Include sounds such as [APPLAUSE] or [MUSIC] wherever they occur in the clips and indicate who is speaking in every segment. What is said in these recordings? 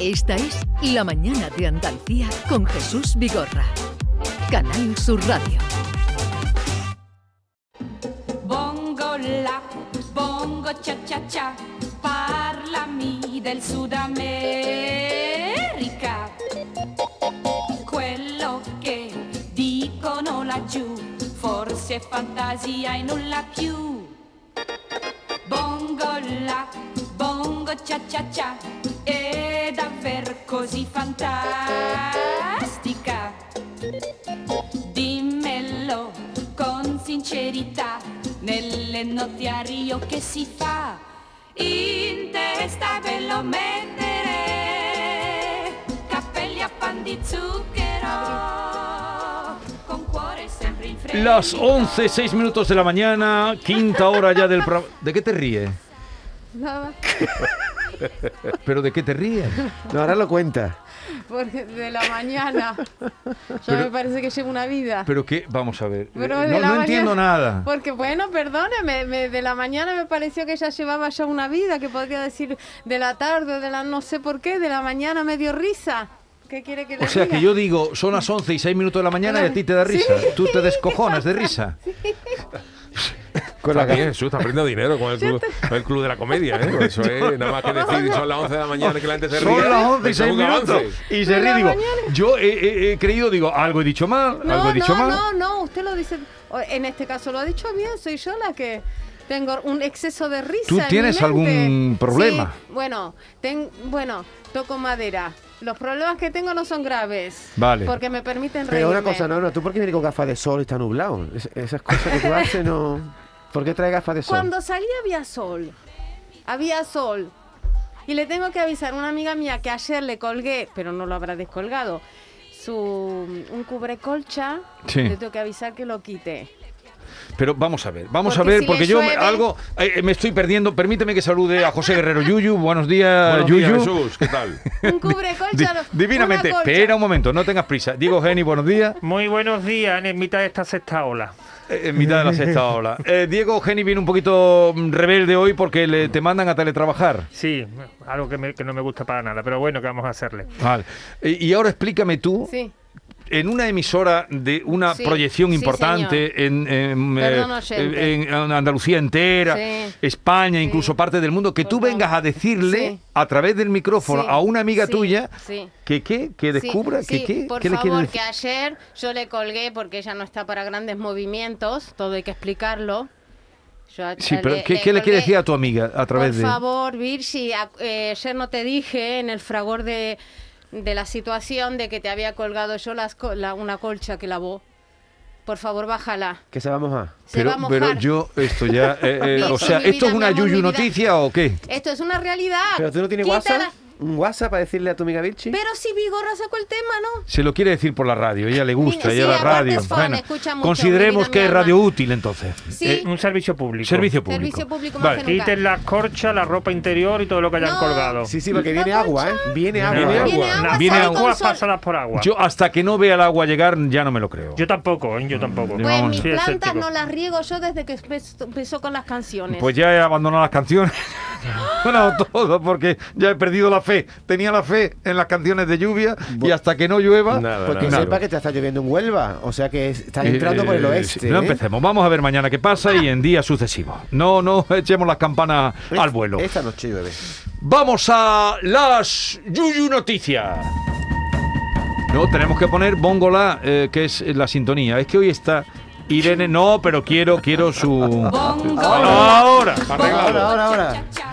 Speaker 1: Esta es La Mañana de Andalucía con Jesús Vigorra. Canal Sur Radio.
Speaker 2: Bongo la, bongo cha cha cha, parlami del Sudamerica. Quello che dicono laggiù, forse è fantasia e nulla più. Bongo la, bongo cha cha cha, è davvero così fantastica. Dimmelo con sincerità, nelle notti a Rio che si fa? In testa ve lo mettere, capelli a pan di zucchero, con cuore sempre in freddo.
Speaker 3: Las 11, 6 minutos de la mañana, quinta hora ya del programa. ¿De qué te ríes?
Speaker 4: Nada,
Speaker 3: ¿Pero de qué te ríes?
Speaker 5: No, ahora lo cuenta.
Speaker 4: porque de la
Speaker 3: [LAUGHS]
Speaker 4: mañana. Yo
Speaker 3: Pero-
Speaker 4: me parece que llevo una vida.
Speaker 3: Pero que, vamos a ver,
Speaker 4: Pero
Speaker 3: eh,
Speaker 4: de
Speaker 3: no,
Speaker 4: la
Speaker 3: no entiendo
Speaker 4: mañana-
Speaker 3: nada.
Speaker 4: Porque bueno, perdóname, me- de la mañana me pareció que ya llevaba ya una vida, que podría decir de la tarde, de la no sé por qué, de la mañana me dio risa. ¿Qué quiere que le
Speaker 3: O sea
Speaker 4: diga?
Speaker 3: que yo digo, son las 11 y 6 minutos de la mañana y a ti te da
Speaker 4: Sí.
Speaker 3: risa. Tú te descojonas de risa.
Speaker 5: Con la
Speaker 6: Está bien,
Speaker 5: ca-
Speaker 6: Jesús, está perdiendo dinero con el club, con el club de la comedia, ¿eh? Eso es, nada más que decir, son las 11 de la mañana que la gente se ríe.
Speaker 3: Son las 11 y
Speaker 6: eso
Speaker 3: 6
Speaker 6: es un
Speaker 3: minutos.
Speaker 6: avance.
Speaker 3: Y se
Speaker 4: De
Speaker 3: ríe,
Speaker 4: la
Speaker 3: digo,
Speaker 4: mañana.
Speaker 3: yo he, he- he creído, digo, algo he dicho mal,
Speaker 4: No,
Speaker 3: algo he dicho
Speaker 4: no,
Speaker 3: mal.
Speaker 4: no, no, usted lo dice, o- en este caso lo ha dicho bien, soy yo la que tengo un exceso de risa.
Speaker 3: ¿Tú
Speaker 4: en mi
Speaker 3: tienes
Speaker 4: mente.
Speaker 3: algún
Speaker 4: Sí,
Speaker 3: problema?
Speaker 4: bueno, ten- bueno, toco madera. Los problemas que tengo no son graves.
Speaker 3: Vale.
Speaker 4: Porque me permiten reírme.
Speaker 5: Pero una cosa, no, no, tú por qué vienes con gafas de sol y está nublado. Es- esas cosas
Speaker 4: [LAUGHS]
Speaker 5: que tú haces no. ¿Por qué traes gafas de sol?
Speaker 4: Cuando salí había sol. Había sol. Y le tengo que avisar a una amiga mía que ayer le colgué, pero no lo habrá descolgado, su un cubrecolcha.
Speaker 3: Sí.
Speaker 4: Le tengo que avisar que lo quite.
Speaker 3: Pero vamos a ver, vamos
Speaker 4: Porque
Speaker 3: a ver,
Speaker 4: si le
Speaker 3: porque yo me-
Speaker 4: llueve-
Speaker 3: algo eh, me estoy perdiendo. Permíteme que salude a José Guerrero Yuyu. Buenos
Speaker 5: Ah,
Speaker 3: días,
Speaker 6: Buenos
Speaker 3: Yuyu.
Speaker 6: días, Jesús, ¿qué tal?
Speaker 4: Un
Speaker 3: [LAUGHS] Di-
Speaker 4: cubrecolcha. lo-
Speaker 3: divinamente,
Speaker 4: una colcha.
Speaker 3: espera un momento, no tengas prisa. Diego Geni, buenos días.
Speaker 7: Muy buenos días en mitad de esta sexta ola.
Speaker 3: Eh, En mitad de la sexta ola. Eh, Diego Geni viene un poquito mm, rebelde hoy porque le, te mandan a teletrabajar.
Speaker 7: Sí, algo que, me- que no me gusta para nada, pero bueno, ¿qué vamos a hacerle?
Speaker 3: Vale. Eh, Y ahora explícame tú,
Speaker 4: Sí.
Speaker 3: en una emisora de una
Speaker 4: Sí,
Speaker 3: proyección
Speaker 4: sí,
Speaker 3: importante en, en,
Speaker 4: Perdón,
Speaker 3: eh,
Speaker 4: oyente.
Speaker 3: en- en Andalucía entera,
Speaker 4: Sí.
Speaker 3: España, incluso parte del mundo, que tú
Speaker 4: Perdón.
Speaker 3: vengas a decirle
Speaker 4: Sí.
Speaker 3: a través del micrófono
Speaker 4: Sí,
Speaker 3: a una amiga
Speaker 4: sí,
Speaker 3: tuya
Speaker 4: sí.
Speaker 3: que qué, que descubra,
Speaker 4: sí,
Speaker 3: que qué,
Speaker 4: por
Speaker 3: ¿qué le quieres
Speaker 4: favor,
Speaker 3: decir?
Speaker 4: que ayer yo le colgué porque ella no está para grandes movimientos, todo hay que explicarlo. Yo a-
Speaker 3: Sí, pero ¿qué, qué le
Speaker 4: colgué,
Speaker 3: quiere decir a tu amiga a través
Speaker 4: por
Speaker 3: de...?
Speaker 4: favor, Virgi, a- eh, ayer no te dije en el fragor de, de la situación de que te había colgado yo las co- la- una colcha que lavó. Por favor, bájala.
Speaker 5: Que se va a mojar.
Speaker 4: Se
Speaker 3: Pero,
Speaker 4: va a mojar.
Speaker 3: pero yo, esto ya...
Speaker 4: [LAUGHS]
Speaker 3: eh, eh,
Speaker 4: Mi-
Speaker 3: o sea,
Speaker 4: mi
Speaker 3: ¿esto
Speaker 4: vida,
Speaker 3: es
Speaker 4: mi
Speaker 3: una
Speaker 4: amor,
Speaker 3: Yuyu
Speaker 4: mi vida.
Speaker 3: noticia o qué?
Speaker 4: Esto es una realidad.
Speaker 5: Pero tú no tienes
Speaker 4: Quítala.
Speaker 5: WhatsApp. ¿Un WhatsApp para decirle a tu amiga Virchi?
Speaker 4: Ah, Pero si Vigorra sacó el tema, ¿no?
Speaker 3: Se lo quiere decir por la radio, ella le gusta,
Speaker 4: Sí,
Speaker 3: ella la
Speaker 4: aparte
Speaker 3: radio.
Speaker 4: es fan, escucha mucho, mi
Speaker 3: consideremos
Speaker 4: vida,
Speaker 3: que
Speaker 4: mi
Speaker 3: es
Speaker 4: alma.
Speaker 3: radio útil entonces.
Speaker 4: Sí.
Speaker 3: Eh,
Speaker 7: Un servicio público.
Speaker 3: servicio público.
Speaker 4: Servicio público más
Speaker 3: Vale.
Speaker 4: que nunca.
Speaker 7: Quiten la corcha, la ropa interior y todo lo que hayan
Speaker 4: No.
Speaker 7: colgado.
Speaker 5: Sí, sí, porque viene agua, ¿eh? Viene agua.
Speaker 3: Viene agua.
Speaker 4: Viene agua,
Speaker 3: Viene
Speaker 7: Viene
Speaker 3: sale con
Speaker 7: agua,
Speaker 4: aguas sol.
Speaker 7: pásalas por agua. Yo,
Speaker 3: Yo hasta que no vea el agua llegar ya no me lo creo.
Speaker 7: tampoco, ¿eh? yo tampoco.
Speaker 4: Pues mis
Speaker 7: Soy
Speaker 4: plantas
Speaker 7: escéptico.
Speaker 4: no las riego yo desde que empe- empezó con las canciones.
Speaker 3: Pues ya he abandonado las canciones. [LAUGHS] Bueno, todo, porque ya he perdido la fe. Tenía la fe en las canciones de lluvia y hasta que no llueva.
Speaker 6: Nada,
Speaker 3: pues
Speaker 5: Porque
Speaker 3: que
Speaker 6: nada.
Speaker 5: sepa que te está lloviendo en Huelva. O sea que estás
Speaker 3: Eh,
Speaker 5: entrando por el
Speaker 3: eh,
Speaker 5: oeste.
Speaker 3: No
Speaker 5: ¿eh?
Speaker 3: empecemos. Vamos a ver mañana qué pasa y en días sucesivos. No, no echemos las campanas
Speaker 5: Pues
Speaker 3: al vuelo.
Speaker 5: Esta noche llueve.
Speaker 3: Vamos a las Yuyu Noticias. No, tenemos que poner Bongola, eh, que es la sintonía. Es que hoy está Irene. No, pero quiero, quiero su.
Speaker 2: Bongo la,
Speaker 3: Ahora.
Speaker 6: Arreglado,
Speaker 5: Ahora, ahora, ahora.
Speaker 2: cha, cha.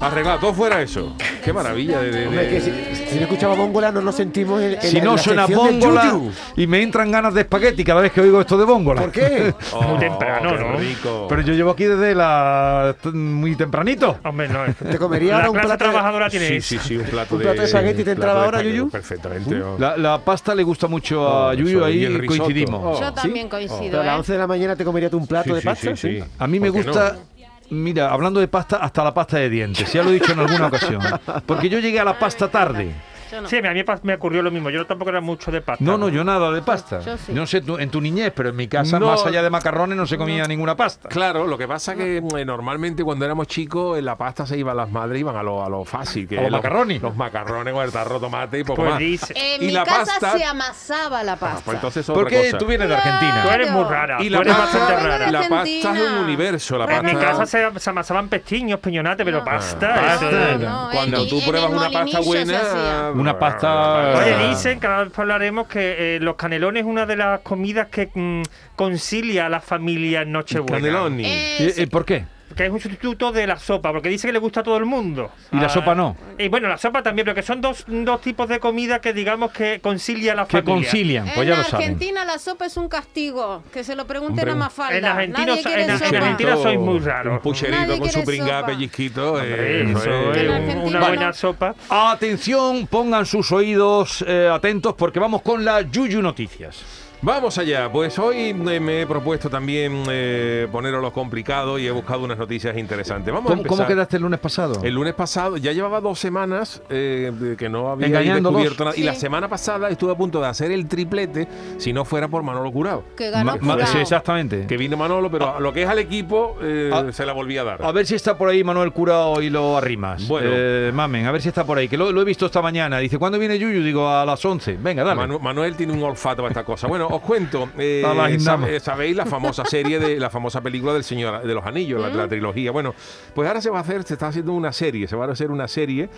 Speaker 6: arreglado, todo fuera eso. Qué maravilla de... de- de-
Speaker 5: Hombre, que si, si no escuchamos Bongola no nos sentimos en, en
Speaker 3: Si
Speaker 5: la- en
Speaker 3: no
Speaker 5: la
Speaker 3: suena
Speaker 5: sección del
Speaker 3: Bongola
Speaker 5: yuyu.
Speaker 3: y me entran ganas de espagueti cada vez que oigo esto de Bongola.
Speaker 4: [LAUGHS]
Speaker 5: ¿Por qué?
Speaker 6: Oh,
Speaker 7: Muy temprano,
Speaker 6: qué
Speaker 7: ¿no?
Speaker 6: rico.
Speaker 3: Pero yo llevo aquí desde la muy tempranito.
Speaker 7: Hombre, no. es-
Speaker 5: ¿Te comería
Speaker 7: la
Speaker 5: ahora un
Speaker 7: clase
Speaker 5: plato de-
Speaker 7: trabajadora tiene
Speaker 6: Sí,
Speaker 7: eso.
Speaker 6: sí, sí, un plato
Speaker 5: ¿Un
Speaker 6: de...
Speaker 5: plato de espagueti te
Speaker 6: un plato
Speaker 5: entraba
Speaker 6: de
Speaker 5: ahora,
Speaker 6: espagueti,
Speaker 5: Yuyu?
Speaker 6: Perfectamente. oh.
Speaker 3: La, la pasta le gusta mucho a
Speaker 6: Oh,
Speaker 3: Yuyu,
Speaker 6: eso, y el
Speaker 3: ahí
Speaker 6: risotto.
Speaker 3: coincidimos.
Speaker 6: Oh.
Speaker 4: yo también
Speaker 5: Pero
Speaker 4: coincido.
Speaker 5: a las
Speaker 4: ¿eh?
Speaker 5: 11 de la mañana te comerías tú un plato
Speaker 6: Sí,
Speaker 5: de
Speaker 6: sí,
Speaker 5: pasta.
Speaker 6: sí, sí.
Speaker 3: A mí me
Speaker 6: ¿Por qué
Speaker 3: gusta,
Speaker 6: no?
Speaker 3: mira,
Speaker 6: [LAUGHS]
Speaker 3: hablando de pasta, hasta la pasta de dientes. Ya lo he dicho en alguna ocasión. Porque yo llegué a la pasta tarde.
Speaker 4: Yo no.
Speaker 7: Sí, a mí me pas- me ocurrió lo mismo. Yo tampoco era mucho de pasta.
Speaker 3: No, no, yo nada de pasta.
Speaker 4: Yo sí.
Speaker 3: No sé, tú- en tu niñez, pero en mi casa,
Speaker 6: No.
Speaker 3: más allá de macarrones, no se comía ninguna pasta.
Speaker 6: Claro, lo que pasa que eh, normalmente cuando éramos chicos en la pasta se iban las madres iban a lo, a lo fácil, que
Speaker 3: A los macarrones.
Speaker 6: Los macarrones con el tarro tomate y poco
Speaker 7: Pues
Speaker 6: más.
Speaker 7: dice-
Speaker 4: En
Speaker 6: y
Speaker 4: Eh, mi
Speaker 6: la
Speaker 4: casa
Speaker 6: pasta-
Speaker 4: se amasaba la
Speaker 6: Ah,
Speaker 4: pasta.
Speaker 6: pues entonces otra
Speaker 3: Porque
Speaker 6: cosa.
Speaker 3: tú vienes de
Speaker 7: Tú
Speaker 3: Argentina.
Speaker 7: eres muy rara.
Speaker 6: Y
Speaker 7: Y
Speaker 6: la
Speaker 7: tú eres
Speaker 6: pasta-
Speaker 7: bastante
Speaker 4: Yo vengo de
Speaker 7: rara.
Speaker 6: La
Speaker 4: Argentina.
Speaker 6: pasta es un universo, la
Speaker 7: En mi
Speaker 6: pasta-
Speaker 7: casa se, se amasaban pestiños, peñonates, pero pasta.
Speaker 6: Ah,
Speaker 7: eso-
Speaker 6: pasta.
Speaker 4: no, en-
Speaker 6: Cuando
Speaker 4: en-
Speaker 6: tú
Speaker 4: en
Speaker 6: pruebas
Speaker 4: el
Speaker 6: una pasta
Speaker 4: molinillo se
Speaker 6: buena,
Speaker 4: hacía.
Speaker 3: Una pasta-
Speaker 7: Oye,
Speaker 3: Ah.
Speaker 7: dicen, que ahora hablaremos, que eh, los canelones es una de las comidas que mm, concilia a la familia en Nochebuena.
Speaker 6: Caneloni.
Speaker 4: Eh,
Speaker 3: ¿Y-
Speaker 4: sí.
Speaker 3: eh, ¿Por qué?
Speaker 7: Que es un sustituto de la sopa, porque dice que le gusta a todo el mundo.
Speaker 3: ¿Y la
Speaker 7: Ah,
Speaker 3: sopa no?
Speaker 7: Y bueno, la sopa también, pero que son dos, dos tipos de comida que digamos que concilia a la
Speaker 3: Que
Speaker 7: familia.
Speaker 3: concilian, pues ya
Speaker 4: en
Speaker 3: lo saben.
Speaker 4: Argentina la sopa es un castigo. Que se lo pregunten
Speaker 6: Hombre,
Speaker 4: a Mafalda.
Speaker 7: en Argentina-
Speaker 4: Nadie quiere
Speaker 7: en- en
Speaker 4: sopa.
Speaker 7: Argentina- sois muy raros.
Speaker 6: raro. Un pucherito
Speaker 4: Nadie
Speaker 6: con su
Speaker 4: quiere
Speaker 6: pringada
Speaker 4: sopa.
Speaker 6: pellizquito. eh,
Speaker 7: Hombre, Eso
Speaker 6: eso
Speaker 7: es
Speaker 4: En
Speaker 7: un-
Speaker 4: Argentina
Speaker 7: una
Speaker 4: no.
Speaker 7: buena sopa.
Speaker 3: Atención, pongan sus oídos eh, atentos porque vamos con la Yuyu Noticias.
Speaker 6: Vamos allá, pues hoy eh, me he propuesto también eh, poneros lo complicado y he buscado unas noticias interesantes. Vamos a
Speaker 3: ¿Cómo, cómo
Speaker 6: empezar.
Speaker 3: quedaste el lunes pasado?
Speaker 6: El lunes pasado ya llevaba dos semanas eh, de que no había
Speaker 3: Engañándolos.
Speaker 6: descubierto nada. Y
Speaker 4: Sí.
Speaker 6: la semana pasada estuve a punto de hacer el triplete si no fuera por Manolo Curado.
Speaker 4: Que ganó
Speaker 3: Ma- ma-
Speaker 4: Curao.
Speaker 3: sí, exactamente.
Speaker 6: Que vino Manolo, pero a lo que es al equipo eh,
Speaker 3: Ah.
Speaker 6: se la volví a dar.
Speaker 3: A ver si está por ahí Manuel Curao y lo arrimas.
Speaker 6: Bueno.
Speaker 3: Eh, mamen, a ver si está por ahí. Que lo, lo he visto esta mañana. Dice, ¿cuándo viene Yuyu? Digo, a las 11. Venga, dale.
Speaker 6: Manu- Manuel tiene un olfato para esta cosa. Bueno, os cuento.
Speaker 3: [LAUGHS]
Speaker 6: eh,
Speaker 3: Está vaginando.
Speaker 6: sab- eh, sabéis la famosa serie de la famosa película del Señor de los Anillos, la, la
Speaker 3: Mm.
Speaker 6: trilogía. Bueno, pues ahora se va a hacer, se está haciendo una serie, se va a hacer una serie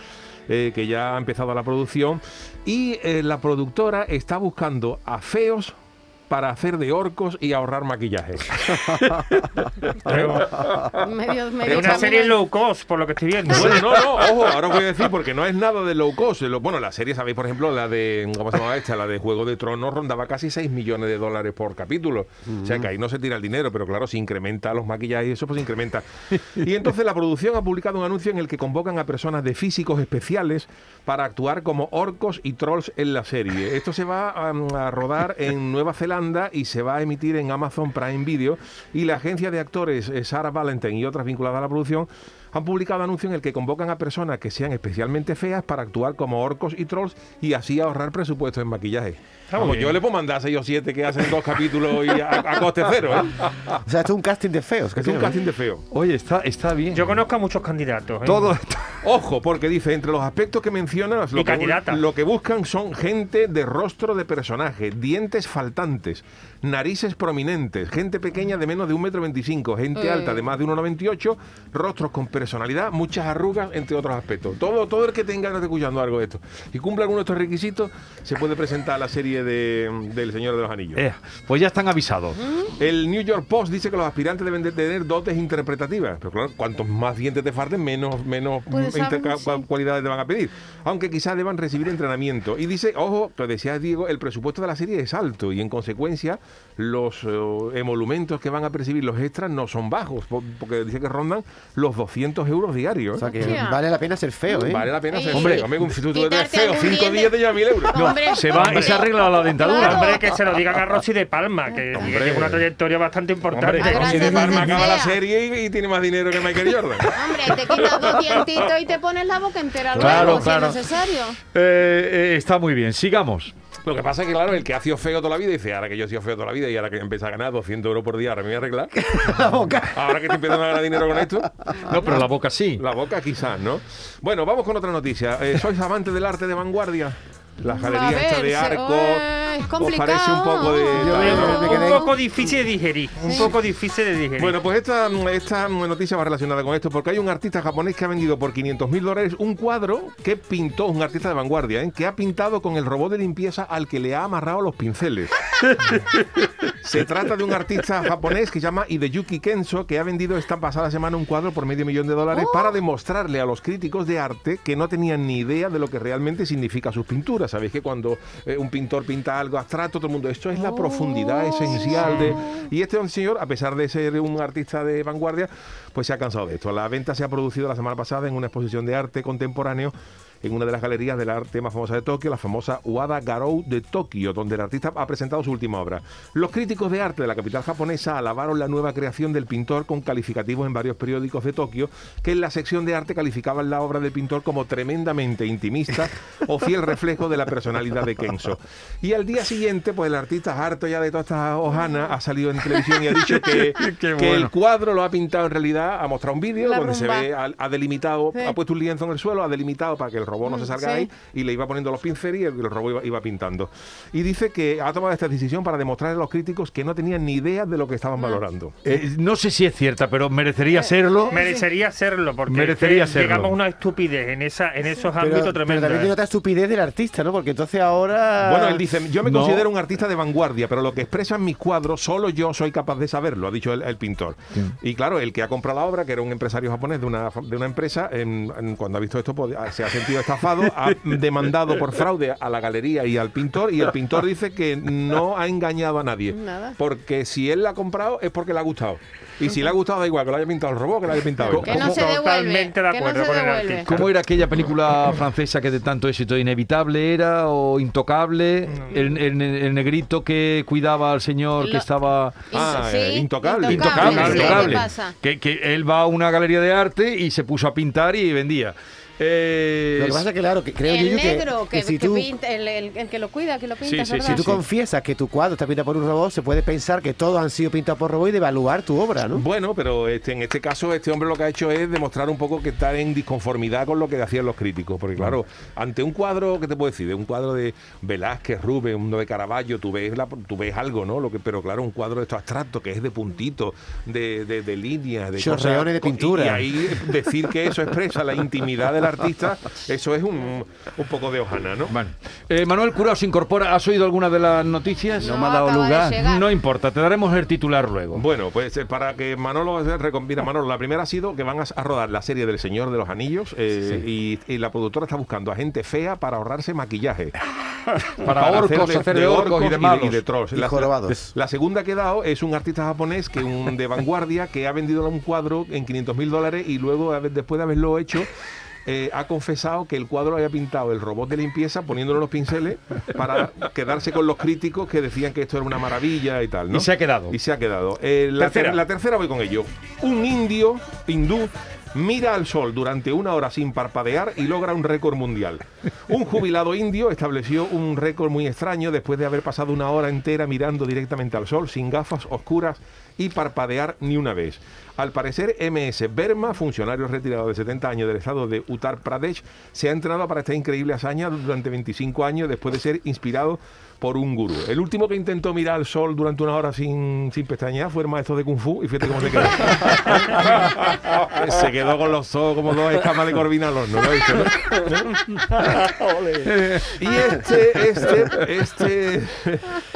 Speaker 6: eh, que ya ha empezado la producción y eh, la productora está buscando a feos para hacer de orcos y ahorrar maquillaje.
Speaker 4: Medio- medio
Speaker 7: Es una
Speaker 4: camino.
Speaker 7: serie low cost, por lo que estoy viendo.
Speaker 6: Bueno, no, no, ojo, ahora os voy a decir porque no es nada de low cost. Lo- Bueno, la serie, sabéis, por ejemplo, la de ¿cómo se llama esta? La de Juego de Tronos rondaba casi 6 millones de dólares por capítulo. O sea que ahí no se tira el dinero, pero claro, se incrementa los maquillajes y eso pues se incrementa. Y entonces la producción ha publicado un anuncio en el que convocan a personas de físicos especiales para actuar como orcos y trolls en la serie. Esto se va a, mm, a rodar en Nueva Zelanda y se va a emitir en Amazon Prime Video y la agencia de actores eh, Sarah Valentine y otras vinculadas a la producción han publicado anuncio en el que convocan a personas que sean especialmente feas para actuar como orcos y trolls y así ahorrar presupuesto en maquillaje.
Speaker 7: muy
Speaker 6: Vamos,
Speaker 7: bien.
Speaker 6: yo le puedo mandar a 6 o 7 que hacen dos capítulos y a, a coste cero. ¿eh?
Speaker 5: O sea, esto es un casting de feos. que
Speaker 6: Es un
Speaker 5: tienen, ¿eh?
Speaker 6: casting de feo.
Speaker 3: Oye, está, está bien.
Speaker 7: Yo conozco a muchos candidatos. ¿eh?
Speaker 3: Todo
Speaker 6: [LAUGHS] Ojo, porque dice, entre los aspectos que mencionas,
Speaker 7: Y
Speaker 6: lo que,
Speaker 7: candidata.
Speaker 6: bu- lo que buscan son gente de rostro de personaje, dientes faltantes, narices prominentes, gente pequeña de menos de 1,25m, gente alta de más de 1,98m, rostros con personalidad, muchas arrugas, entre otros aspectos. Todo, todo el que tenga que esté escuchando algo de esto y cumpla alguno de estos requisitos, se puede presentar a la serie de, del Señor de los Anillos.
Speaker 3: Eh, pues ya están avisados.
Speaker 6: El New York Post dice que los aspirantes deben de tener dotes interpretativas. Pero claro, cuantos más dientes te falten, menos, menos
Speaker 4: Pues,
Speaker 6: mm,
Speaker 4: ah,
Speaker 6: interca-
Speaker 4: sí.
Speaker 6: cua- cualidades te van a pedir. Aunque quizás deban recibir entrenamiento. Y dice, ojo, que decía Diego, el presupuesto de la serie es alto y en consecuencia los eh, emolumentos que van a percibir los extras no son bajos, po- porque dice que rondan los 200 euros diarios. ¿eh?
Speaker 5: O sea, que
Speaker 4: Hostia.
Speaker 5: vale la pena ser feo, ¿eh?
Speaker 6: Vale la pena ser
Speaker 4: Ey,
Speaker 6: hombre,
Speaker 4: sí.
Speaker 6: hombre, un tú
Speaker 4: Quitarte
Speaker 6: eres feo,
Speaker 4: algún
Speaker 6: cinco
Speaker 4: diente.
Speaker 6: días te lleva mil euros.
Speaker 4: No, Hombre.
Speaker 3: Se va y se arregla la dentadura.
Speaker 4: Claro.
Speaker 7: Hombre, que se lo digan a Rosy de Palma, que
Speaker 6: Hombre.
Speaker 7: tiene una trayectoria bastante importante.
Speaker 6: Hombre, que
Speaker 4: Ahora
Speaker 6: Rosy de
Speaker 4: se
Speaker 6: Palma acaba la
Speaker 4: fea.
Speaker 6: serie y, y tiene más dinero que Michael Jordan.
Speaker 4: Hombre, te quitas dos dientitos y te pones la boca entera
Speaker 3: Claro,
Speaker 4: luego,
Speaker 3: claro.
Speaker 4: si es necesario.
Speaker 3: Eh, eh, está muy bien, sigamos.
Speaker 6: Lo que pasa es que, claro, el que ha sido feo toda la vida dice, ahora que yo he sido feo toda la vida y ahora que empecé a ganar 200 euros por día, ahora me voy a
Speaker 4: [LAUGHS]
Speaker 6: arreglar.
Speaker 5: La boca.
Speaker 6: Ahora que estoy empezando a ganar dinero con esto.
Speaker 3: No, pero la boca sí.
Speaker 6: La boca quizás, ¿no? Bueno, vamos con otra noticia. Eh, ¿Sois amantes del arte de vanguardia? La
Speaker 4: A
Speaker 6: galería
Speaker 4: ver,
Speaker 6: hecha
Speaker 4: se-
Speaker 6: de arco.
Speaker 4: eh, es complicado.
Speaker 6: ¿Os parece un poco de...
Speaker 5: Yo
Speaker 6: tal, no?
Speaker 5: creo que me
Speaker 7: Un
Speaker 5: quedé-
Speaker 7: poco difícil de digerir. Un poco difícil de digerir.
Speaker 6: Bueno, pues esta, esta noticia va relacionada con esto, porque hay un artista japonés que ha vendido por 500 mil dólares un cuadro que pintó, un artista de vanguardia, ¿eh? que ha pintado con el robot de limpieza al que le ha amarrado los pinceles. Se trata de un artista japonés que se llama Hideyuki Kenso, que ha vendido esta pasada semana un cuadro por medio millón de dólares para demostrarle a los críticos de arte que no tenían ni idea de lo que realmente significa sus pinturas. Sabéis que cuando eh, un pintor pinta algo abstracto, todo el mundo, esto es la profundidad esencial de... Y este señor, a pesar de ser un artista de vanguardia, pues se ha cansado de esto. La venta se ha producido la semana pasada en una exposición de arte contemporáneo en una de las galerías del arte más famosa de Tokio, la famosa Wada Garou de Tokio, donde el artista ha presentado su última obra. Los críticos de arte de la capital japonesa alabaron la nueva creación del pintor con calificativos en varios periódicos de Tokio, que en la sección de arte calificaban la obra del pintor como
Speaker 3: [LAUGHS]
Speaker 6: tremendamente intimista o fiel reflejo de la personalidad de Kenzo. Y al día siguiente, pues el artista, harto ya de todas estas hojanas, ha salido en televisión y ha dicho que,
Speaker 3: [LAUGHS] Qué
Speaker 6: que
Speaker 3: bueno.
Speaker 6: el cuadro lo ha pintado en realidad, ha mostrado un vídeo
Speaker 4: La
Speaker 6: donde se
Speaker 4: rumba.
Speaker 6: ve, ha, ha delimitado,
Speaker 4: Sí.
Speaker 6: ha puesto un lienzo en el suelo, ha delimitado para que el robot no se
Speaker 4: Mm, sí.
Speaker 6: salga de ahí y le iba poniendo los pinceles y el, el robot iba, iba pintando. Y dice que ha tomado esta decisión para demostrar a los críticos que no tenían ni idea de lo que
Speaker 4: Mm.
Speaker 6: estaban valorando.
Speaker 3: Eh, no sé si es cierta, pero merecería
Speaker 4: Eh,
Speaker 3: serlo.
Speaker 7: Merecería serlo, porque
Speaker 3: Merecería
Speaker 7: es que
Speaker 3: serlo.
Speaker 7: llegamos a una estupidez en, esa, en esos
Speaker 5: Pero,
Speaker 7: ámbitos
Speaker 5: pero
Speaker 7: tremendos.
Speaker 5: también tiene
Speaker 7: ¿eh?
Speaker 5: otra estupidez del artista, ¿no? Porque entonces ahora.
Speaker 6: Bueno, él dice, yo me
Speaker 3: No.
Speaker 6: considero un artista de vanguardia, pero lo que expresan mis cuadros, solo yo soy capaz de saberlo, ha dicho el, el pintor. Y claro, el que ha comprado la obra, que era un empresario japonés de una, de una empresa, em, em, cuando ha visto esto pues, ha- se ha sentido estafado, ha demandado por fraude a la galería y al pintor, y el pintor dice que no ha engañado a nadie.
Speaker 4: Nada.
Speaker 6: Porque si él la ha comprado es porque le ha gustado. Y si le ha gustado da igual, que lo haya pintado el robot, que lo haya pintado él.
Speaker 4: Que no
Speaker 7: Como
Speaker 4: se devuelve.
Speaker 7: totalmente de
Speaker 4: que no
Speaker 7: acuerdo
Speaker 4: se
Speaker 7: con el
Speaker 4: devuelve.
Speaker 7: artista.
Speaker 3: ¿Cómo era aquella película francesa que de tanto éxito inevitable era o intocable? El, el- el negrito que cuidaba al señor que
Speaker 4: Lo-
Speaker 3: estaba...
Speaker 6: Ah,
Speaker 4: Sí,
Speaker 6: eh, intocable.
Speaker 4: Intocable,
Speaker 3: Intocable,
Speaker 4: sí,
Speaker 3: intocable.
Speaker 4: ¿qué pasa?
Speaker 3: Que, que él va a una galería de arte y se puso a pintar y vendía. Eh,
Speaker 5: Lo que pasa es que, claro, que creo
Speaker 4: El
Speaker 5: Yuyu, que-
Speaker 4: negro
Speaker 5: que,
Speaker 4: que,
Speaker 5: si
Speaker 4: que
Speaker 5: tú,
Speaker 4: pinta, el, el- el que lo cuida, que lo pinta,
Speaker 3: Sí, sí,
Speaker 4: ¿verdad?
Speaker 5: si tú confiesas que tu cuadro está pintado por un robot, se puede pensar que todos han sido pintados por robot y devaluar tu obra, ¿no?
Speaker 6: Bueno, pero este, en este caso este hombre lo que ha hecho es demostrar un poco que está en disconformidad con lo que hacían los críticos, porque claro, ante un cuadro, ¿qué te puedo decir? De un cuadro de Velázquez, Rubens, uno de Caravaggio, tú ves, la- tú ves algo, ¿no? Lo que, pero claro, un cuadro de esto abstracto, que es de puntitos, de, de, de líneas, de cosas-
Speaker 5: Chorreones de
Speaker 6: co- y-
Speaker 5: pintura.
Speaker 6: Y, ahí decir que eso expresa la intimidad del artista, eso es un, un poco de hojana, ¿no?
Speaker 3: Bueno. Eh, Manuel Curao se incorpora. ¿Has oído alguna de las noticias?
Speaker 4: No No, me ha dado acaba de lugar. llegar.
Speaker 3: No importa, te daremos el titular luego.
Speaker 6: Bueno, pues eh, para que Manolo eh, recombina Manolo, la primera ha sido que van a, a rodar la serie del Señor de los Anillos eh, y, y la productora está buscando a gente fea para ahorrarse maquillaje.
Speaker 3: [LAUGHS] Para orcos, hacer de orcos y de malos.
Speaker 6: y trolls.
Speaker 5: Y
Speaker 6: La-
Speaker 5: jorobados.
Speaker 6: La, la segunda que he dado es un artista japonés que un de vanguardia que ha vendido un cuadro en 500 mil dólares y luego a ver, después de haberlo hecho eh, ha confesado que el cuadro lo había pintado el robot de limpieza poniéndole los pinceles para quedarse con los críticos que decían que esto era una maravilla y tal. ¿no?
Speaker 3: Y se ha quedado.
Speaker 6: Y se ha quedado. Eh, la,
Speaker 3: Tercera.
Speaker 6: ter- la tercera voy con ello. Un indio hindú mira al sol durante una hora sin parpadear y logra un récord mundial. Un jubilado indio estableció un récord muy extraño después de haber pasado una hora entera mirando directamente al sol sin gafas oscuras y parpadear ni una vez. Al parecer, MS Verma, funcionario retirado de 70 años del estado de Uttar Pradesh, se ha entrenado para esta increíble hazaña durante 25 años después de ser inspirado por un gurú. El último que intentó mirar al sol durante una hora sin, sin pestañear fue el maestro de Kung Fu y fíjate cómo se quedó. [LAUGHS] se quedó con los ojos como dos escamas de corvina al horno, ¿lo has visto, no? [LAUGHS] Y este, este, este,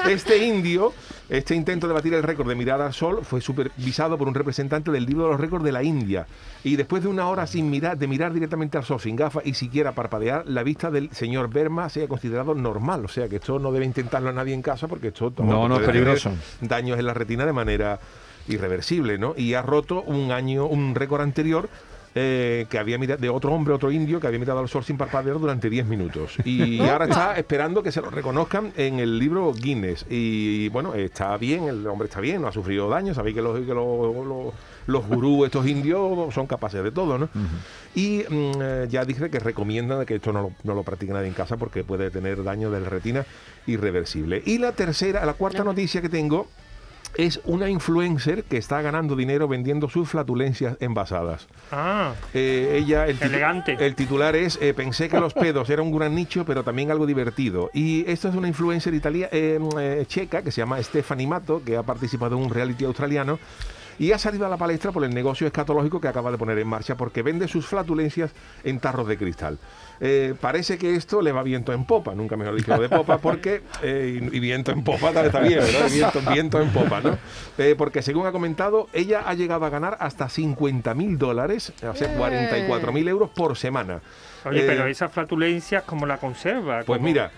Speaker 6: este indio, este intento de batir el récord de mirar al sol fue supervisado por un representante del libro de los récords de la India. Y después de una hora sin mirar, de mirar directamente al sol sin gafas y siquiera parpadear, la vista del señor Verma se ha considerado normal. O sea que esto no debe intentarlo nadie en casa porque esto
Speaker 3: No, no, es
Speaker 6: puede tener
Speaker 3: peligroso.
Speaker 6: Daños en la retina de manera irreversible, ¿no? Y ha roto un año, un récord anterior eh, que había mirado, de otro hombre, otro indio, que había mirado al sol sin parpadear durante 10 minutos. Y ahora está esperando que se lo reconozcan en el libro Guinness. Y bueno, está bien, el hombre está bien, no ha sufrido daño. Sabéis que los, que los, los- los gurús, estos indios, son capaces de todo, ¿no? Y mm, eh, ya dije que recomienda que esto no lo, no lo practique nadie en casa porque puede tener daño de la retina irreversible. Y la tercera, la cuarta noticia que tengo es una influencer que está ganando dinero vendiendo sus flatulencias envasadas.
Speaker 7: Ah,
Speaker 6: Eh, ella, el, titu-
Speaker 7: Elegante.
Speaker 6: el titular es eh, Pensé que los pedos era un gran nicho, pero también algo divertido. Y esto es una influencer italia, eh, eh, checa que se llama Stephanie Mato, que ha participado en un reality australiano. Y ha salido a la palestra por el negocio escatológico que acaba de poner en marcha porque vende sus flatulencias en tarros de cristal. Eh, parece que esto le va viento en popa, nunca mejor dicho lo de popa, porque. eh, y, y viento en popa también está bien, ¿verdad? Viento, viento en popa, ¿no? Eh, porque según ha comentado, ella ha llegado a ganar hasta 50 mil dólares, o sea, 44 mil euros por semana.
Speaker 7: oye,
Speaker 6: Eh,
Speaker 7: pero esas flatulencias, ¿cómo la conserva?
Speaker 6: pues
Speaker 7: ¿Cómo-
Speaker 6: mira,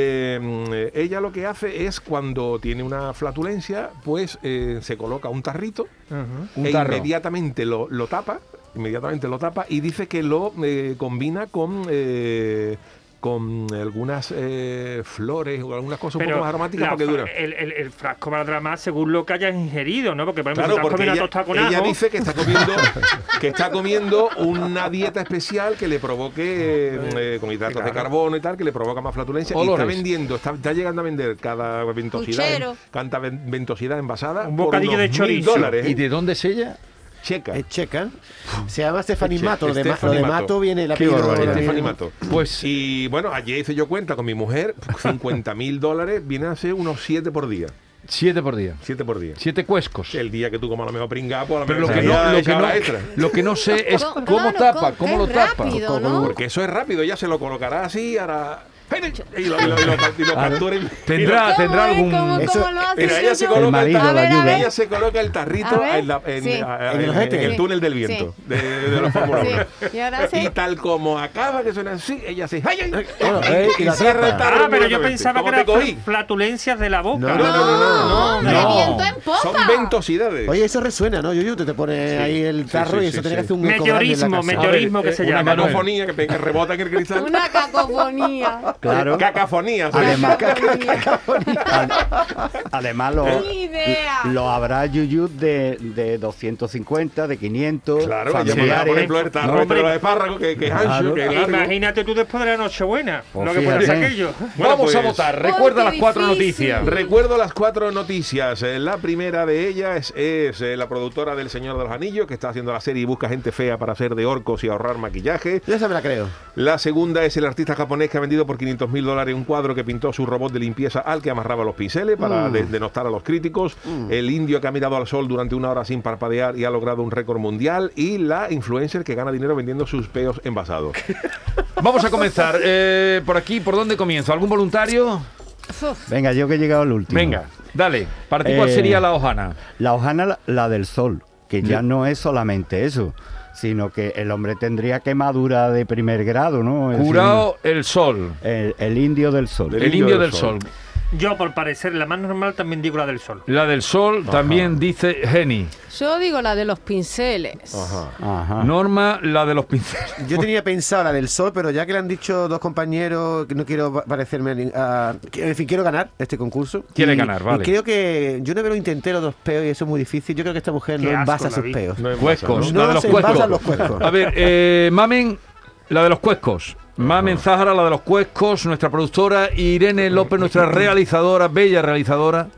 Speaker 6: eh, ella lo que hace es cuando tiene una flatulencia, pues eh, se coloca un tarrito,
Speaker 7: Ujú.
Speaker 3: Un
Speaker 6: e
Speaker 3: tarro.
Speaker 6: inmediatamente lo, lo tapa inmediatamente lo tapa y dice que lo eh, combina con... eh, con algunas eh, flores o algunas cosas un poco más aromáticas
Speaker 7: la
Speaker 6: porque
Speaker 7: fra-
Speaker 6: dura.
Speaker 7: El, el- el frasco valdrá más según lo que hayas ingerido, ¿no? Porque, por ejemplo,
Speaker 6: Claro,
Speaker 7: si te has
Speaker 6: porque
Speaker 7: comido una
Speaker 6: ella,
Speaker 7: tostada con
Speaker 6: ella
Speaker 7: ajo,
Speaker 6: dice que está comiendo que está comiendo una dieta especial que le provoque eh, con hidratos de carbono y tal, que le provoca más flatulencia. Y
Speaker 3: Olores.
Speaker 6: está vendiendo, está, está llegando a vender cada ventosidad, ¿eh?
Speaker 4: Puchero.
Speaker 6: canta ven- ventosidad envasada.
Speaker 7: Un
Speaker 6: por
Speaker 7: bocadillo
Speaker 6: unos
Speaker 7: de
Speaker 6: mil
Speaker 7: chorizo.
Speaker 6: dólares,
Speaker 3: ¿Y eh,
Speaker 6: eh.
Speaker 3: de dónde es ella?
Speaker 6: checa.
Speaker 5: Es checa. Se llama
Speaker 6: Es
Speaker 5: Stephanie
Speaker 6: checa,
Speaker 5: Mato. Lo de, Ma- lo
Speaker 6: Stephanie
Speaker 5: de
Speaker 6: Mato.
Speaker 5: Mato viene la
Speaker 3: Qué
Speaker 5: apellido,
Speaker 3: barbaridad.
Speaker 5: viene-
Speaker 6: Stephanie Mato.
Speaker 3: Pues-
Speaker 6: y bueno, ayer hice yo cuenta con mi mujer, [LAUGHS] 50 mil dólares, viene a ser unos 7 por día.
Speaker 3: Siete por día.
Speaker 6: 7 por día.
Speaker 3: Siete cuescos.
Speaker 6: El día que tú comas a lo mejor pringada, pues a lo
Speaker 3: Pero
Speaker 6: mejor
Speaker 3: lo que,
Speaker 6: esa
Speaker 3: no,
Speaker 6: día
Speaker 3: lo, que
Speaker 6: esa
Speaker 3: no,
Speaker 6: hora extra.
Speaker 3: lo que no sé es
Speaker 4: Con-
Speaker 3: cómo
Speaker 4: claro,
Speaker 3: tapa,
Speaker 4: con-
Speaker 3: cómo lo
Speaker 4: qué
Speaker 3: tapa.
Speaker 4: rápido,
Speaker 5: Con-
Speaker 4: ¿no?
Speaker 6: Porque eso es rápido, ella se lo colocará así, hará. Y lo, y lo- y lo- y lo
Speaker 5: [LAUGHS]
Speaker 6: captura y-
Speaker 3: Tendrá,
Speaker 4: ¿Cómo
Speaker 3: tendrá
Speaker 4: es?
Speaker 3: algún...
Speaker 4: ¿Cómo-
Speaker 5: Eso-
Speaker 4: cómo lo hace
Speaker 6: Mira, ella se
Speaker 4: Yuyu?
Speaker 5: El
Speaker 6: coloca el,
Speaker 5: marido,
Speaker 6: tar-
Speaker 4: A ver, a
Speaker 5: la
Speaker 4: ver.
Speaker 6: ella se coloca el
Speaker 4: A
Speaker 6: tarrito
Speaker 4: ver,
Speaker 6: en, la- en-
Speaker 4: sí.
Speaker 6: a- a-
Speaker 5: En el
Speaker 6: en-
Speaker 5: ojete.
Speaker 6: en el
Speaker 5: Sí.
Speaker 6: túnel del
Speaker 4: Sí.
Speaker 6: viento de, de los Fórmula
Speaker 4: Sí. [LAUGHS]
Speaker 6: 1.
Speaker 4: Y ahora sí.
Speaker 6: Y tal como acaba que suena así, ella se. ¡Ay, ay! ay,
Speaker 5: Bueno,
Speaker 6: ay,
Speaker 5: eh,
Speaker 6: y
Speaker 5: y la
Speaker 6: cierra el
Speaker 5: tapa.
Speaker 6: tarro
Speaker 7: Ah, pero yo
Speaker 6: inmediatamente.
Speaker 7: pensaba que Ah,
Speaker 6: ¿Cómo te
Speaker 7: eran
Speaker 6: cogí?
Speaker 7: flatulencias de la boca.
Speaker 5: No, no, no, no,
Speaker 4: No,
Speaker 6: no,
Speaker 4: de
Speaker 6: no.
Speaker 4: viento en popa.
Speaker 6: Son ventosidades.
Speaker 5: Oye, eso resuena, ¿no? Yuyu, te, te pone ahí el
Speaker 6: Sí,
Speaker 5: tarro
Speaker 6: sí,
Speaker 5: y eso
Speaker 6: sí, sí.
Speaker 5: tiene que hacer un eco grande en la
Speaker 7: Meteorismo,
Speaker 5: casa.
Speaker 6: A ver,
Speaker 7: meteorismo que
Speaker 6: eh,
Speaker 7: se
Speaker 6: una
Speaker 7: llama. ¿no?
Speaker 6: cacofonía que, pe- que rebota en el cristal.
Speaker 4: Una cacofonía. [LAUGHS]
Speaker 8: Claro.
Speaker 6: Cacafonía. sí.
Speaker 8: Además,
Speaker 4: cacofonía.
Speaker 8: Además, lo,
Speaker 4: Ni idea.
Speaker 8: lo habrá Yuyu de, de 250, de 500,
Speaker 6: Claro, ya
Speaker 8: familiares.
Speaker 6: por ejemplo el tarro entre
Speaker 7: No, hombre.
Speaker 6: los espárragos que, que es ancho,
Speaker 8: Claro.
Speaker 6: que es largo.
Speaker 7: Imagínate tú después de la Nochebuena,
Speaker 8: Pues
Speaker 7: lo que pones
Speaker 8: fíjate.
Speaker 7: aquello.
Speaker 6: Bueno,
Speaker 3: Vamos a
Speaker 6: pues,
Speaker 3: votar. Recuerda
Speaker 4: qué
Speaker 3: las cuatro
Speaker 4: difícil.
Speaker 3: noticias.
Speaker 6: Recuerdo las cuatro noticias. Eh, La primera de ellas es eh, la productora del Señor de los Anillos, que está haciendo la serie y busca gente fea para hacer de orcos y ahorrar maquillaje.
Speaker 5: Yo esa me la creo.
Speaker 6: La segunda es el artista japonés que ha vendido por 500 mil dólares un cuadro que pintó su robot de limpieza al que amarraba los pinceles para de- denostar a los críticos. El indio que ha mirado al sol durante una hora sin parpadear y ha logrado un récord mundial. Y la influencer que gana dinero vendiendo sus peos envasados.
Speaker 3: [LAUGHS] Vamos a
Speaker 4: [LAUGHS]
Speaker 3: comenzar. Eh, por aquí, ¿por dónde comienzo? ¿Algún voluntario?
Speaker 8: Venga, yo que he llegado al último.
Speaker 3: Venga, dale. ¿Para ti cuál
Speaker 8: Eh,
Speaker 3: sería la hojana?
Speaker 8: La hojana, la- la del sol, que ya no es solamente eso, sino que el hombre tendría quemadura de primer grado, ¿no? Es decir,
Speaker 3: Jurado el sol.
Speaker 8: El, el indio del sol.
Speaker 3: El indio del sol.
Speaker 7: Yo, por parecer, la más normal también digo la del sol.
Speaker 3: La del sol también dice Jenny.
Speaker 4: Yo digo la de los pinceles.
Speaker 8: Ajá.
Speaker 3: Norma, la de los pinceles.
Speaker 5: [LAUGHS] Yo tenía pensado la del sol, pero ya que le han dicho dos compañeros que no quiero pa- parecerme. a nin- a- que- en fin, quiero ganar este concurso.
Speaker 3: Quiere
Speaker 5: Y-
Speaker 3: ganar, vale.
Speaker 5: Y creo que. Yo una vez lo intenté los dos peos y eso es muy difícil. Yo creo que esta mujer
Speaker 7: Qué
Speaker 5: no
Speaker 7: asco,
Speaker 5: envasa sus
Speaker 7: David.
Speaker 5: peos.
Speaker 3: Cuescos.
Speaker 5: No
Speaker 3: la de los
Speaker 5: se envasan
Speaker 3: cuescos.
Speaker 5: los cuescos.
Speaker 3: A ver, eh, Mamen, la de los cuescos. Mamen Zahara, la de los cuescos. Nuestra productora Irene López, nuestra realizadora, bella realizadora.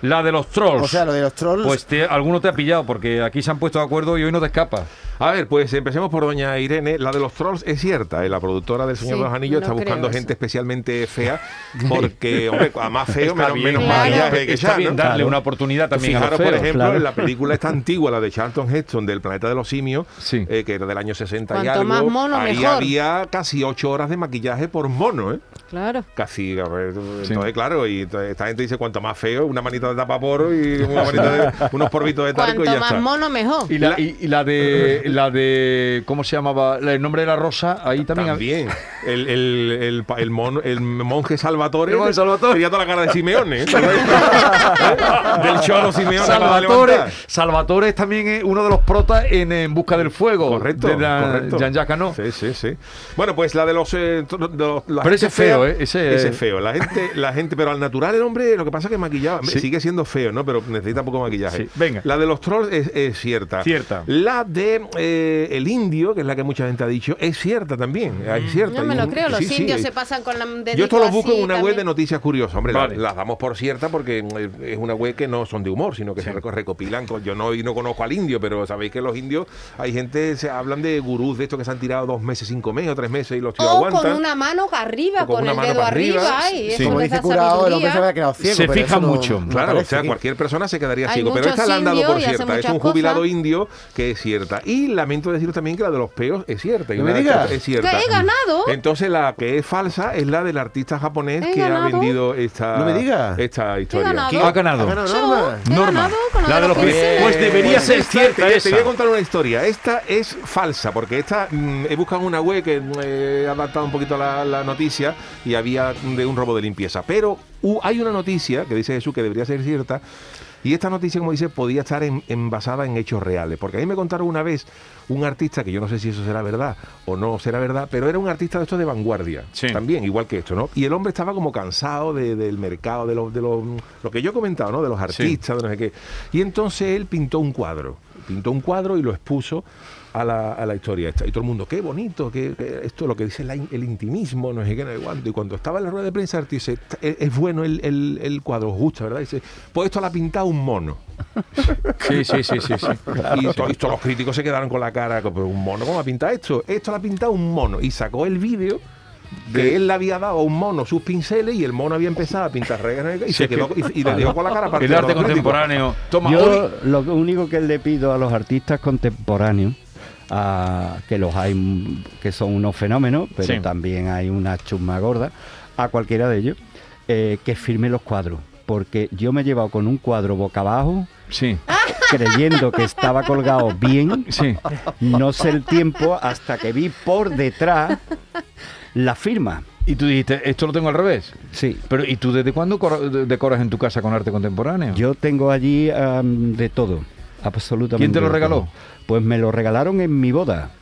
Speaker 3: La de los trolls.
Speaker 5: O sea, lo de los trolls.
Speaker 3: Pues te- alguno te ha pillado porque aquí se han puesto de acuerdo y hoy no te escapas.
Speaker 6: A ver, pues empecemos por doña Irene. La de los trolls es cierta. ¿eh? La productora del Señor
Speaker 4: Sí,
Speaker 6: de los Anillos
Speaker 4: no
Speaker 6: está
Speaker 4: creo
Speaker 6: buscando
Speaker 4: eso.
Speaker 6: gente especialmente
Speaker 4: [LAUGHS]
Speaker 6: fea. Porque, hombre, a más feo,
Speaker 3: Está
Speaker 6: menos,
Speaker 3: bien,
Speaker 6: menos
Speaker 3: claro.
Speaker 6: maquillaje que
Speaker 3: Está
Speaker 6: ya,
Speaker 3: bien
Speaker 6: ¿no?
Speaker 3: darle
Speaker 8: Claro.
Speaker 3: una oportunidad también a los
Speaker 6: Fijaros, por
Speaker 3: feos.
Speaker 6: ejemplo,
Speaker 8: claro.
Speaker 6: en la película esta antigua, la de Charlton Heston, del planeta de los simios,
Speaker 3: Sí.
Speaker 6: eh, que era del año 60 y
Speaker 4: Cuanto
Speaker 6: algo,
Speaker 4: más mono,
Speaker 6: ahí
Speaker 4: mejor.
Speaker 6: había casi 8 horas de maquillaje por mono, ¿eh?
Speaker 4: Claro.
Speaker 6: Casi, a ver, entonces,
Speaker 3: Sí.
Speaker 6: claro, y entonces esta gente dice, cuanto más feo, una manita de tapaporo y una
Speaker 4: [LAUGHS]
Speaker 6: manita de- unos porbitos de talco y
Speaker 4: Cuanto
Speaker 6: ya
Speaker 4: más
Speaker 6: está.
Speaker 4: mono, mejor.
Speaker 3: Y la, y- y la de la de cómo se llamaba La- el nombre de la rosa ahí también,
Speaker 6: También. El, el, el, pa- el mon- el monje Salvatore.
Speaker 3: El monje Salvatore.
Speaker 6: Tenía toda la cara de Simeone. ¿eh? [LAUGHS] Del cholo Simeone. acaba de
Speaker 3: Salvatore
Speaker 6: levantar.
Speaker 3: Salvatore es también eh, uno de los protas en, En busca del fuego
Speaker 6: Correcto.
Speaker 3: de la-
Speaker 6: correcto.
Speaker 3: Jean Jacques Anot.
Speaker 6: Sí, sí, sí. Bueno, pues la de los. eh, tro- de los- la
Speaker 3: Pero ese
Speaker 6: gente
Speaker 3: es feo,
Speaker 6: fea,
Speaker 3: ¿eh? Ese-
Speaker 6: es feo. La gente, la gente, pero al natural el hombre, lo que pasa es que maquillaba.
Speaker 3: Sí.
Speaker 6: Sigue siendo feo, ¿no? Pero necesita poco maquillaje.
Speaker 3: Sí, venga.
Speaker 6: La de los trolls es, es cierta.
Speaker 3: Cierta.
Speaker 6: La de eh, el indio, que es la que mucha gente ha dicho, es cierta también. Es cierta.
Speaker 4: Mm, No me
Speaker 6: Y
Speaker 4: lo
Speaker 6: un-
Speaker 4: creo, los
Speaker 6: sí, sí,
Speaker 4: indios
Speaker 6: hay-
Speaker 4: se pasan con la
Speaker 6: yo esto lo busco en una web
Speaker 4: web
Speaker 6: de noticias curiosas, hombre, la-
Speaker 3: Vale.
Speaker 6: las damos por cierta porque mm, es una web que no son de humor, sino que se reco- recopilan. con- yo no, y no conozco al indio, pero sabéis que los indios, hay gente, se hablan de gurús de estos que se han tirado dos meses, cinco meses o tres meses y los tíos
Speaker 4: O
Speaker 6: aguantan.
Speaker 4: con una mano arriba,
Speaker 6: O con
Speaker 4: con,
Speaker 6: una
Speaker 4: el
Speaker 6: mano
Speaker 4: dedo
Speaker 6: para arriba.
Speaker 4: arriba. ay,
Speaker 6: Sí.
Speaker 4: eso
Speaker 5: como
Speaker 4: les
Speaker 5: dice
Speaker 4: da
Speaker 5: curado, el hombre se
Speaker 4: sabiduría.
Speaker 5: había quedado ciego.
Speaker 3: Se
Speaker 5: pero
Speaker 3: fija
Speaker 5: eso no-
Speaker 3: mucho,
Speaker 5: no
Speaker 6: Claro, o
Speaker 5: parece,
Speaker 6: sea,
Speaker 5: sí.
Speaker 6: cualquier persona se quedaría
Speaker 4: Hay
Speaker 6: ciego, pero
Speaker 4: muchos
Speaker 6: esta la han dado por
Speaker 4: indios y hacen
Speaker 6: cierta. Es un
Speaker 4: muchas
Speaker 6: jubilado
Speaker 4: cosas.
Speaker 6: indio que es cierta. Y lamento deciros también que la de los peos es cierta. Y
Speaker 5: No
Speaker 6: una
Speaker 5: me
Speaker 6: de
Speaker 5: digas.
Speaker 6: estas Es cierta.
Speaker 4: Que he ganado.
Speaker 6: Entonces la que es falsa es la del artista japonés
Speaker 4: He
Speaker 6: que ha
Speaker 4: ganado.
Speaker 6: vendido esta,
Speaker 5: No me digas.
Speaker 6: esta historia.
Speaker 4: ganado.
Speaker 3: ¿Quién ha
Speaker 5: Ha
Speaker 3: ganado?
Speaker 5: ganado
Speaker 4: Yo
Speaker 5: Norma.
Speaker 4: he ganado con la, de los pinceles.
Speaker 3: Pues debería
Speaker 6: Pues
Speaker 3: ser
Speaker 6: esta,
Speaker 3: cierta
Speaker 6: te,
Speaker 3: esa.
Speaker 6: te voy a contar una historia. Esta es falsa, porque esta mm, he buscado una web que mm, eh, ha adaptado un poquito la, la noticia y había de un robo de limpieza. Pero hu- hay una noticia que dice Jesús que debería ser cierta, Y esta noticia, como dice, podía estar en, en- basada en hechos reales. Porque a mí me contaron una vez un artista, que yo no sé si eso será verdad o no será verdad, pero era un artista de estos de vanguardia.
Speaker 3: Sí.
Speaker 6: También, igual que esto, ¿no? Y el hombre estaba como cansado de- del mercado, de, los, de los, lo que yo he comentado, ¿no? De los artistas, de no sé qué. Y entonces él pintó un cuadro. Pintó un cuadro y lo expuso a la, a la historia esta. Y todo el mundo, qué bonito, que esto lo que dice la in- el intimismo, no sé qué, no sé cuánto. Y cuando estaba en la rueda de prensa, Artis dice, "Esta- es, es bueno el, el- el cuadro, justo, ¿verdad? dice, pues esto lo ha pintado un mono.
Speaker 3: Sí, sí, sí, sí.
Speaker 6: [LAUGHS]
Speaker 3: sí.
Speaker 6: Y to- y todos los críticos se quedaron con la cara, como, pero un mono, ¿cómo ha pintado esto? Esto lo ha pintado un mono. Y sacó el vídeo que él le había dado a un mono sus pinceles y el mono había empezado a pintar regas y
Speaker 3: Sí,
Speaker 6: se
Speaker 3: es que-
Speaker 6: quedó y,
Speaker 3: [LAUGHS]
Speaker 6: y le dejó con la cara aparte
Speaker 3: El
Speaker 6: de
Speaker 3: arte
Speaker 6: los críticos.
Speaker 3: contemporáneo. Toma,
Speaker 8: Yo
Speaker 3: hoy-
Speaker 8: lo que- único que le pido a los artistas contemporáneos, a- que los hay, m- que son unos fenómenos, pero
Speaker 3: Sí.
Speaker 8: también hay una chusma gorda, a cualquiera de ellos, eh, que firme los cuadros. Porque yo me he llevado con un cuadro boca abajo,
Speaker 3: Sí,
Speaker 8: creyendo que estaba colgado bien,
Speaker 3: sí.
Speaker 8: no sé el tiempo, hasta que vi por detrás la firma.
Speaker 3: Y tú dijiste, esto lo tengo al revés.
Speaker 8: Sí.
Speaker 3: Pero, ¿y tú desde cuándo cor- de- decoras en tu casa con arte contemporáneo?
Speaker 8: Yo tengo allí am, de todo, absolutamente.
Speaker 3: ¿Quién te lo
Speaker 8: de
Speaker 3: regaló?
Speaker 8: todo. Pues me lo regalaron en mi boda.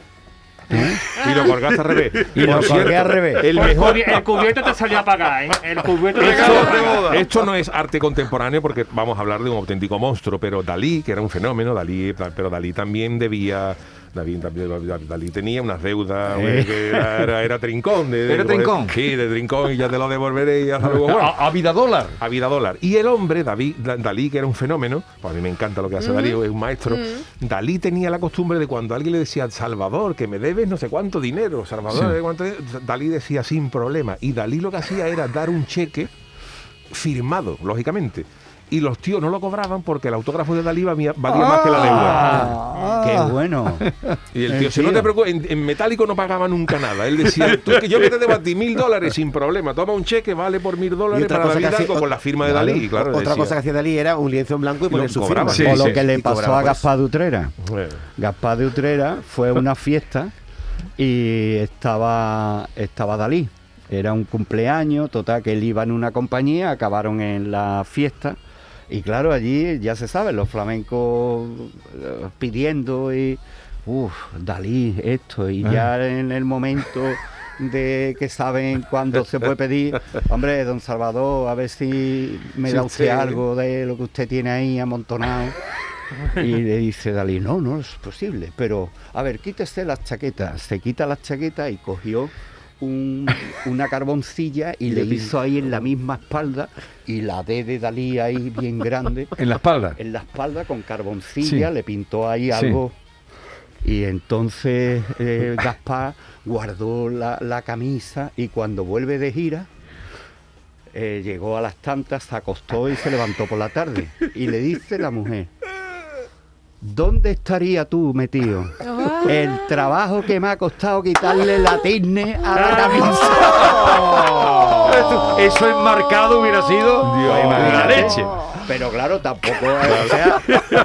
Speaker 6: Y lo colgaste al revés.
Speaker 3: [LAUGHS]
Speaker 8: Y lo
Speaker 6: Por
Speaker 8: colgué
Speaker 6: cierto,
Speaker 8: al revés.
Speaker 6: El
Speaker 7: Por
Speaker 6: mejor
Speaker 7: cubi- El cubierto te salió a pagar, ¿eh? El cubierto te
Speaker 6: Esto,
Speaker 7: salió a pagar.
Speaker 6: esto no es arte contemporáneo porque vamos a hablar de un auténtico monstruo, pero Dalí, que era un fenómeno, Dalí, pero Dalí también debía... Dalí, también- Dalí tenía unas deudas, güey, que era, era- era trincón. de- de-
Speaker 3: Eh. [LAUGHS] ¿Era trincón?
Speaker 6: Sí, de trincón y ya te lo devolveré y
Speaker 3: [LAUGHS]
Speaker 6: hasta luego. Bueno,
Speaker 3: A, a vida dólar.
Speaker 6: a vida dólar. Y el hombre, David, Da- Dalí, que era un fenómeno, pues a mí me encanta lo que hace Dalí, es un maestro. Dalí tenía la costumbre de cuando alguien le decía, Salvador, que me debes no sé cuánto dinero, Salvador,
Speaker 3: Sí.
Speaker 6: no sé cuánto dinero", Dalí decía sin problema. Y Dalí lo que hacía era dar un cheque firmado, lógicamente. Y los tíos no lo cobraban porque el autógrafo de Dalí valía, valía más que la
Speaker 5: Ah.
Speaker 6: deuda.
Speaker 8: [LAUGHS] ¡Qué bueno!
Speaker 6: Y el tío,
Speaker 8: El
Speaker 6: si no
Speaker 8: tío.
Speaker 6: te preocupes, en, en metálico no pagaba nunca nada.
Speaker 5: [LAUGHS]
Speaker 6: Él decía, tú que yo que te debo a ti mil dólares sin problema, toma un cheque, vale por mil dólares para David
Speaker 5: hacía-
Speaker 6: Alco", con la firma de
Speaker 5: Claro.
Speaker 6: Dalí. Claro,
Speaker 5: otra
Speaker 6: decía.
Speaker 5: cosa que hacía Dalí era un lienzo en blanco y
Speaker 6: Y lo
Speaker 5: poner su
Speaker 6: cobraba.
Speaker 5: firma.
Speaker 3: Sí,
Speaker 8: o lo
Speaker 3: sí.
Speaker 8: que le
Speaker 5: Y
Speaker 8: pasó
Speaker 5: cobraba
Speaker 8: a
Speaker 5: por eso.
Speaker 8: Gaspar de Utrera.
Speaker 6: Bueno.
Speaker 8: Gaspar de Utrera fue
Speaker 6: [LAUGHS]
Speaker 8: a una fiesta y estaba, estaba Dalí. Era un cumpleaños, total, que él iba en una compañía, acabaron en la fiesta. Y claro, allí ya se sabe, los flamencos eh, pidiendo y. Uff, Dalí, esto. Y
Speaker 6: Ah.
Speaker 8: ya en el momento de que saben cuándo se
Speaker 6: [LAUGHS]
Speaker 8: puede pedir. Hombre, don Salvador, a ver si me
Speaker 6: Sí,
Speaker 8: da usted
Speaker 6: sí.
Speaker 8: algo de lo que usted tiene ahí amontonado. Y le dice Dalí, no, no es posible, pero a ver, quítese las chaquetas. Se quita las chaquetas y cogió un- una carboncilla y le hizo ahí en la misma espalda y la D de Dalí ahí bien grande.
Speaker 3: En la espalda.
Speaker 8: En la espalda con carboncilla
Speaker 3: Sí.
Speaker 8: le pintó ahí
Speaker 3: Sí.
Speaker 8: algo. Y entonces eh,
Speaker 3: [LAUGHS]
Speaker 8: Gaspar guardó la, la camisa y cuando vuelve de gira, eh, llegó a las tantas, se acostó y se levantó por la tarde. Y le dice la mujer, ¿dónde estaría tú metido? El trabajo que me ha costado quitarle la tizne a la camisa. Oh.
Speaker 3: Eso enmarcado hubiera sido
Speaker 6: Dios, Oh.
Speaker 3: la
Speaker 6: imagínate.
Speaker 3: leche.
Speaker 8: Pero claro, tampoco. eh, O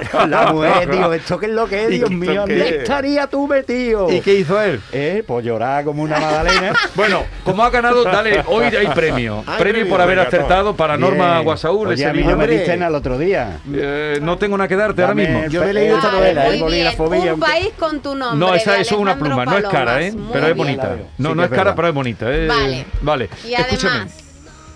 Speaker 8: sea, la mujer, digo, ¿esto qué es lo que es?
Speaker 6: ¿Y
Speaker 8: Dios
Speaker 6: esto
Speaker 8: mío,
Speaker 6: qué
Speaker 8: ¿dónde
Speaker 6: es?
Speaker 8: estaría tú metido?
Speaker 3: ¿Y qué hizo él?
Speaker 8: Eh, pues lloraba como una
Speaker 3: [LAUGHS]
Speaker 8: magdalena.
Speaker 3: Bueno, como ha ganado, dale, hoy hay premio. premio
Speaker 5: Hay premio.
Speaker 3: por haber
Speaker 6: Venga, toma.
Speaker 3: acertado para Norma
Speaker 8: Bien.
Speaker 3: Guasaúl,
Speaker 8: Oye,
Speaker 3: ese
Speaker 8: a mí
Speaker 3: vino.
Speaker 8: no me
Speaker 5: Hombre.
Speaker 8: diste nada el otro día.
Speaker 3: Eh, no tengo nada que darte ahora
Speaker 8: Dame
Speaker 3: mismo.
Speaker 8: el
Speaker 5: Yo me he
Speaker 8: pe-
Speaker 5: leído esta
Speaker 8: el-
Speaker 5: novela,
Speaker 8: el
Speaker 5: ¿eh?
Speaker 4: muy bien.
Speaker 8: bolígrafo Villa,
Speaker 4: Un
Speaker 8: un-
Speaker 4: país con tu nombre.
Speaker 3: No, esa
Speaker 4: de
Speaker 3: eso es una
Speaker 4: Alejandro
Speaker 3: pluma, no es cara, ¿eh?
Speaker 4: Palomas. Muy
Speaker 3: Pero es
Speaker 8: bien.
Speaker 3: bonita.
Speaker 8: La veo.
Speaker 3: No, no
Speaker 8: Sí que
Speaker 3: es
Speaker 8: es
Speaker 3: cara,
Speaker 8: verdad.
Speaker 3: pero es bonita. eh.
Speaker 4: Vale.
Speaker 3: Vale.
Speaker 4: Y
Speaker 3: Escúchame.
Speaker 4: además,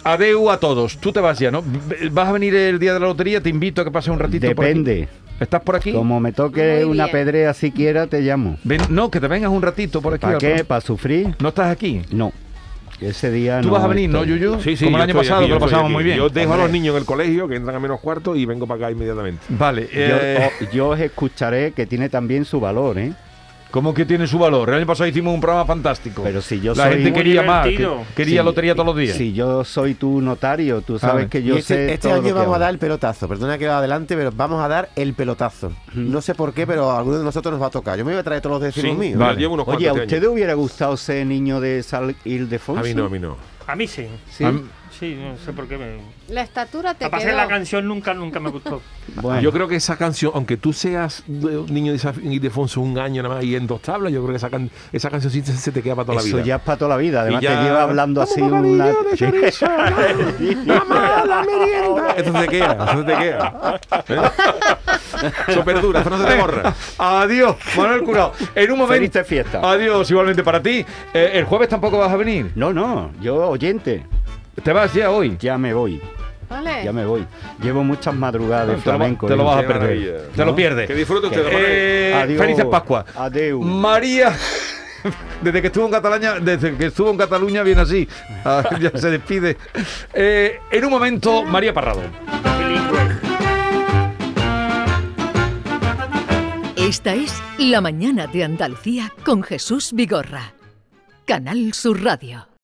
Speaker 3: Adeu a todos. Tú te vas ya, ¿no? V- ¿Vas a venir el día de la lotería? Te invito a que pases un ratito por aquí.
Speaker 8: Depende.
Speaker 3: ¿Estás por aquí?
Speaker 8: Como me toque
Speaker 4: Muy
Speaker 8: una
Speaker 4: bien.
Speaker 8: pedrea siquiera, te llamo.
Speaker 3: Ven- no, que te vengas un ratito por aquí.
Speaker 8: ¿Para
Speaker 3: al
Speaker 8: qué?
Speaker 3: programa.
Speaker 8: ¿Para sufrir?
Speaker 3: ¿No estás aquí?
Speaker 8: No. Ese día
Speaker 3: Tú
Speaker 8: no
Speaker 3: vas a venir, ¿no,
Speaker 8: estoy.
Speaker 3: Yuyu?
Speaker 6: Sí, sí,
Speaker 3: Como el
Speaker 6: yo
Speaker 3: año
Speaker 6: estoy
Speaker 3: pasado,
Speaker 6: aquí,
Speaker 3: que
Speaker 6: yo
Speaker 3: lo
Speaker 6: estoy
Speaker 3: pasamos
Speaker 6: aquí.
Speaker 3: muy bien.
Speaker 6: Yo dejo a los niños en el colegio, que entran a menos cuarto y vengo para acá inmediatamente.
Speaker 3: Vale.
Speaker 8: Yo,
Speaker 3: eh,
Speaker 8: o- oh, yo os escucharé que tiene también su valor, ¿eh?
Speaker 3: ¿Cómo que tiene su valor? El año pasado hicimos un programa fantástico.
Speaker 8: Pero si yo
Speaker 3: La
Speaker 8: soy-
Speaker 3: gente
Speaker 8: Muy
Speaker 3: quería más, que-
Speaker 7: divertido.
Speaker 3: quería
Speaker 8: Sí,
Speaker 3: lotería todos los días.
Speaker 8: Si yo soy tu notario, tú sabes
Speaker 3: Ah,
Speaker 8: que
Speaker 5: Y
Speaker 8: yo sé
Speaker 5: este, este
Speaker 8: todo lo
Speaker 5: año
Speaker 8: que
Speaker 5: vamos a
Speaker 8: hago.
Speaker 5: dar el pelotazo. Perdona que va adelante, pero vamos a dar el pelotazo. No sé por qué, pero a alguno de nosotros nos va a tocar. Yo me voy a traer todos los
Speaker 6: Sí,
Speaker 5: vecinos míos.
Speaker 6: yo llevo unos
Speaker 8: Oye, ¿a
Speaker 6: cuantos este
Speaker 8: usted
Speaker 6: año.
Speaker 8: hubiera gustado ser niño de San
Speaker 6: A
Speaker 8: Ildefonso?
Speaker 6: mí no, a mí no.
Speaker 7: A mí sí.
Speaker 8: Sí.
Speaker 3: Am-
Speaker 7: Sí, no sé por qué me.
Speaker 4: La estatura te
Speaker 7: Aparte
Speaker 4: quedó.
Speaker 7: la canción nunca, nunca me gustó.
Speaker 8: Bueno,
Speaker 6: Yo creo que esa canción, aunque tú seas de- un niño de Isaf- Ildefonso un año nada más y en dos tablas, yo creo que esa, can- esa canción sí se, se te queda para toda
Speaker 8: eso
Speaker 6: la vida.
Speaker 8: ya es para toda la vida. Además,
Speaker 6: Y ya-
Speaker 8: te lleva hablando así
Speaker 6: ¡Vamos,
Speaker 8: una.
Speaker 6: bocadillo de
Speaker 8: [LAUGHS] Sí.
Speaker 6: chorizo! ¡Mamá, la merienda! Eso se te queda, eso se te [LAUGHS] queda. ¿Eh? Eso perdura, eso no se te borra.
Speaker 3: Adiós, Manuel Curado. En un
Speaker 8: Feliz
Speaker 3: momento.
Speaker 8: de fiesta.
Speaker 3: Adiós, igualmente para ti. Eh, el jueves tampoco vas a venir.
Speaker 8: No, no, yo oyente,
Speaker 3: Te vas ya hoy.
Speaker 8: ya me voy,
Speaker 4: Ole.
Speaker 8: ya me voy. Llevo muchas madrugadas de
Speaker 3: Te lo, va-
Speaker 8: flamenco.
Speaker 3: te lo
Speaker 8: ¿eh?
Speaker 3: vas a
Speaker 6: Qué
Speaker 3: perder.
Speaker 6: maravilla.
Speaker 3: Te lo pierdes.
Speaker 6: Que disfrute usted, don Manuel.
Speaker 3: Eh,
Speaker 8: Adiós.
Speaker 3: Felices Pascua.
Speaker 8: Adeu.
Speaker 3: María. [LAUGHS] Desde que estuvo en Cataluña, desde que estuvo en Cataluña viene así. Ah, [LAUGHS] ya se despide. Eh, en un momento, María Parrado.
Speaker 1: Esta es La Mañana de Andalucía con Jesús Vigorra. Canal Sur Radio.